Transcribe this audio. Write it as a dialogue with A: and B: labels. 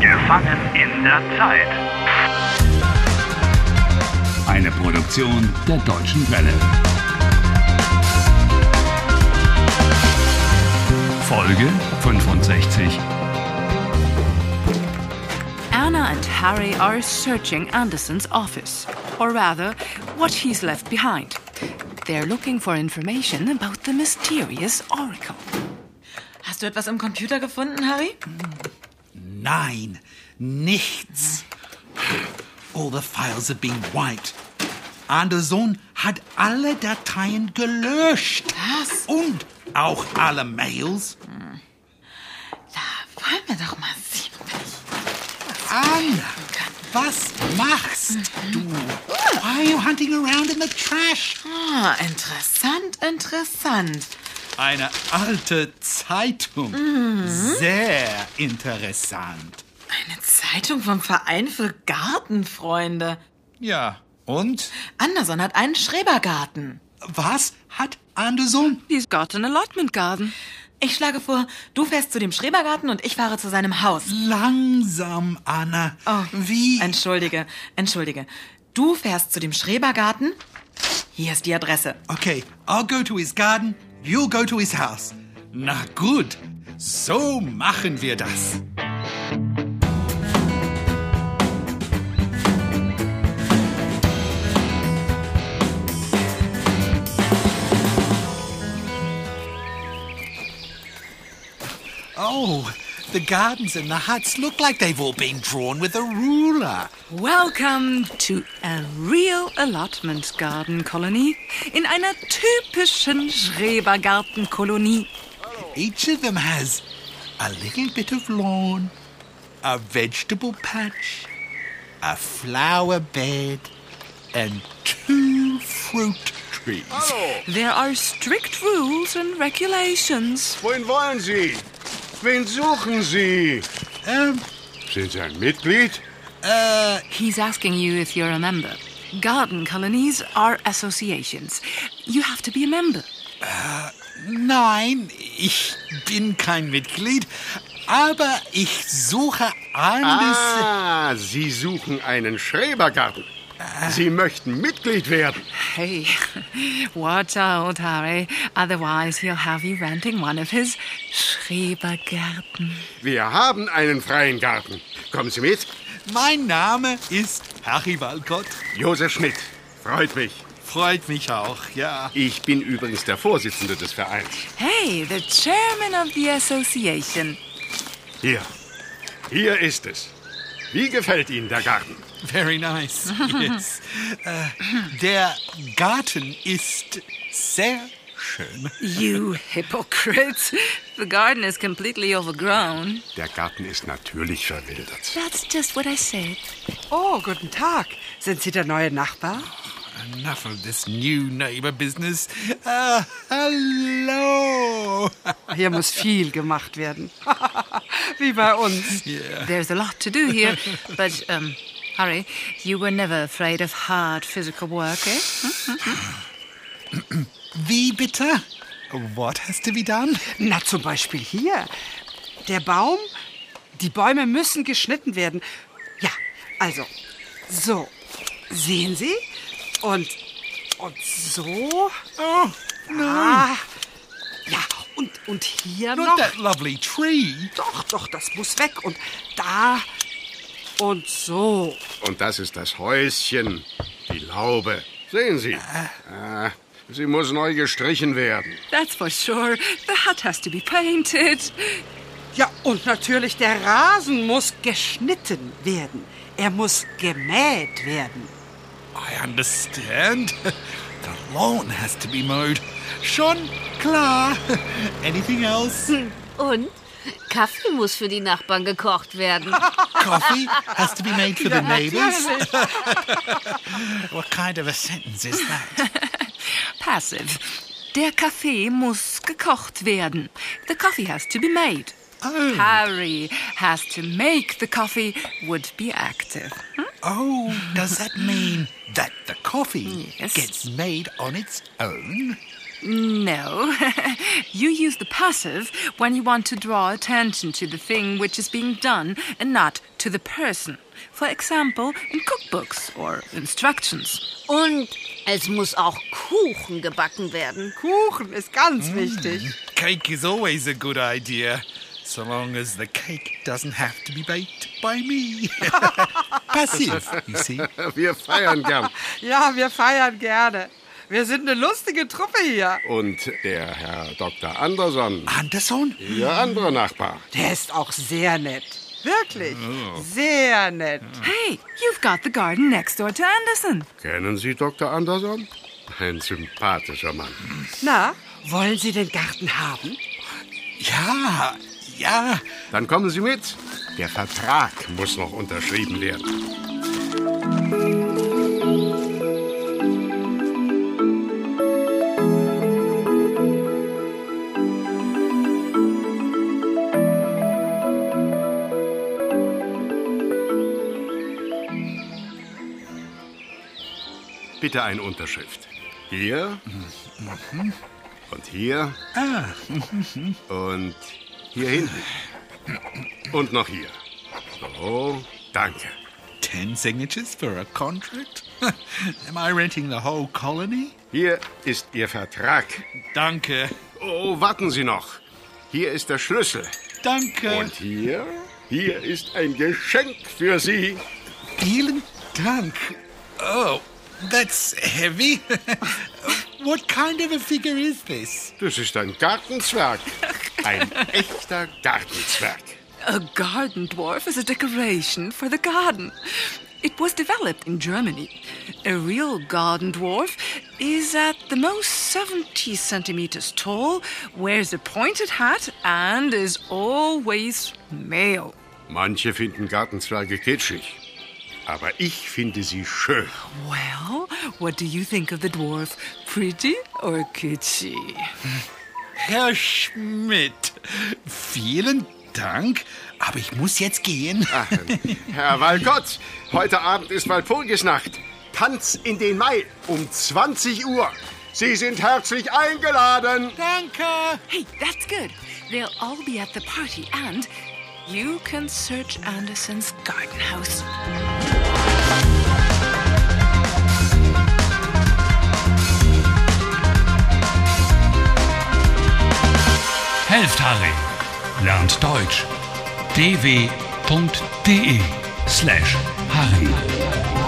A: Gefangen in der Zeit.
B: Eine Produktion der Deutschen Welle. Folge 65.
C: Anna and Harry are searching Anderson's office, or rather, what he's left behind. They're looking for information about the mysterious oracle.
D: Hast du etwas im Computer gefunden, Harry?
E: Nein, nichts. All the files have been wiped. Anderson hat alle Dateien gelöscht.
D: Was?
E: Und auch alle Mails.
D: Da wollen wir doch mal sehen.
E: Anna, was machst du? Why are you hunting around in the trash?
D: Ah, interessant, interessant.
E: Eine alte Zeitung. Sehr interessant.
D: Eine Zeitung vom Verein für Gartenfreunde.
E: Ja, und?
D: Anderson hat einen Schrebergarten.
E: Was hat Anderson?
C: He's got an allotment garden.
D: Ich schlage vor, du fährst zu dem Schrebergarten und ich fahre zu seinem Haus.
E: Langsam, Anna. Wie?
D: Entschuldige, entschuldige. Du fährst zu dem Schrebergarten. Hier ist die Adresse.
E: Okay, I'll go to his garden, you'll go to his house. Na gut, so machen wir das. Oh, the gardens and the huts look like they've all been drawn with a ruler.
C: Welcome to a real allotment garden colony in einer typischen Schrebergartenkolonie.
E: Each of them has a little bit of lawn, a vegetable patch, a flower bed, and two fruit trees.
C: There are strict rules and regulations.
F: Wohin wollen Sie? Wen suchen Sie?
E: Um,
F: Sind Sie ein Mitglied?
C: He's asking you if you're a member. Garden colonies are associations. You have to be a member.
E: nein, ich bin kein Mitglied, aber ich suche Anderson.
F: Ah, Sie suchen einen Schrebergarten. Sie möchten Mitglied werden.
C: Hey, watch out, Harry. Otherwise, he'll have you renting one of his Schrebergärten.
F: Wir haben einen freien Garten. Kommen Sie mit.
E: Mein Name ist Harry Walcott.
F: Josef Schmidt. Freut mich.
E: Freut mich auch, ja.
F: Ich bin übrigens der Vorsitzende des Vereins.
C: Hey, the chairman of the association.
F: Hier. Hier ist es. Wie gefällt Ihnen der Garten?
E: Very nice. Yes. Äh, der Garten ist sehr schön.
C: You hypocrites. The garden is completely overgrown.
F: Der Garten ist natürlich verwildert.
C: That's just what I said.
G: Oh, guten Tag. Sind Sie der neue Nachbar?
E: Enough of this new neighbor business. Uh, hello.
G: Hier muss viel gemacht werden. Wie bei uns.
C: There's a lot to do here. But, um, Harry, you were never afraid of hard physical work, eh?
E: Wie bitte? What has to be done?
G: Na, zum Beispiel hier. Der Baum. Die Bäume müssen geschnitten werden. Ja, also. So. Sehen Sie? Und. Und so.
E: Oh,
G: Ah. Ja, und, und hier
E: not
G: noch.
E: that lovely tree.
G: Doch, doch, das muss weg. Und da. Und so.
F: Und das ist das Häuschen. Die Laube. Sehen Sie. Ah, sie muss neu gestrichen werden.
C: That's for sure. The hut has to be painted.
G: Ja, und natürlich, der Rasen muss geschnitten werden. Er muss gemäht werden.
E: I understand. The lawn has to be mowed. Schon klar. Anything else?
H: Und Kaffee muss für die Nachbarn gekocht werden.
E: Coffee has to be made for the neighbors. what kind of a sentence is that?
C: Passive. Der Kaffee muss gekocht werden. The coffee has to be made.
E: Oh,
C: Harry has to make the coffee would be active.
E: oh, does that mean that the coffee
C: Yes.
E: gets made on its own?
C: No. you use the passive when you want to draw attention to the thing which is being done and not to the person. For example, in cookbooks or instructions.
H: Und es muss auch Kuchen gebacken werden.
G: Kuchen ist ganz wichtig.
E: Cake is always a good idea, so long as the cake doesn't have to be baked by me. Passive, you see.
F: Wir feiern gern.
G: Ja, wir feiern gerne. Wir sind eine lustige Truppe hier.
F: Und der Herr Dr. Anderson,
E: Anderson?
F: Ihr anderer Nachbar.
G: Der ist auch sehr nett. Wirklich. Sehr nett.
C: Hey, you've got the garden next door to Anderson.
F: Kennen Sie Dr. Anderson? Ein sympathischer Mann.
G: Na, wollen Sie den Garten haben?
E: Ja, ja.
F: Dann kommen Sie mit. Der Vertrag muss noch unterschrieben werden. Bitte eine Unterschrift. Hier und hier und hier hinten. Und noch hier. So, danke.
E: Ten signatures for a contract? Am I renting the whole colony?
F: Hier ist Ihr Vertrag.
E: Danke.
F: Oh, warten Sie noch. Hier ist der Schlüssel.
E: Danke.
F: Und hier, hier ist ein Geschenk für Sie.
E: Vielen Dank. Oh, that's heavy. what kind of a figure is this?
F: Das ist ein Gartenzwerg. Ein echter Gartenzwerg.
C: A garden dwarf is a decoration for the garden. It was developed in Germany. A real garden dwarf is at the most 70 centimeters tall, wears a pointed hat, and is always male.
F: Manche finden Gartenzwerge kitschig. Aber ich finde sie schön.
C: Well, what do you think of the dwarf? Pretty or kitschy?
E: Herr Schmidt. Vielen Dank, aber ich muss jetzt gehen.
F: Herr Walgott, heute Abend ist Walpurgisnacht. Tanz in den Mai um 20 Uhr. Sie sind herzlich eingeladen.
E: Danke.
C: Hey, that's good. They'll all be at the party, and you can search Anderson's garden house.
B: Helft Harry. Lernt Deutsch. dw.de slash Harry.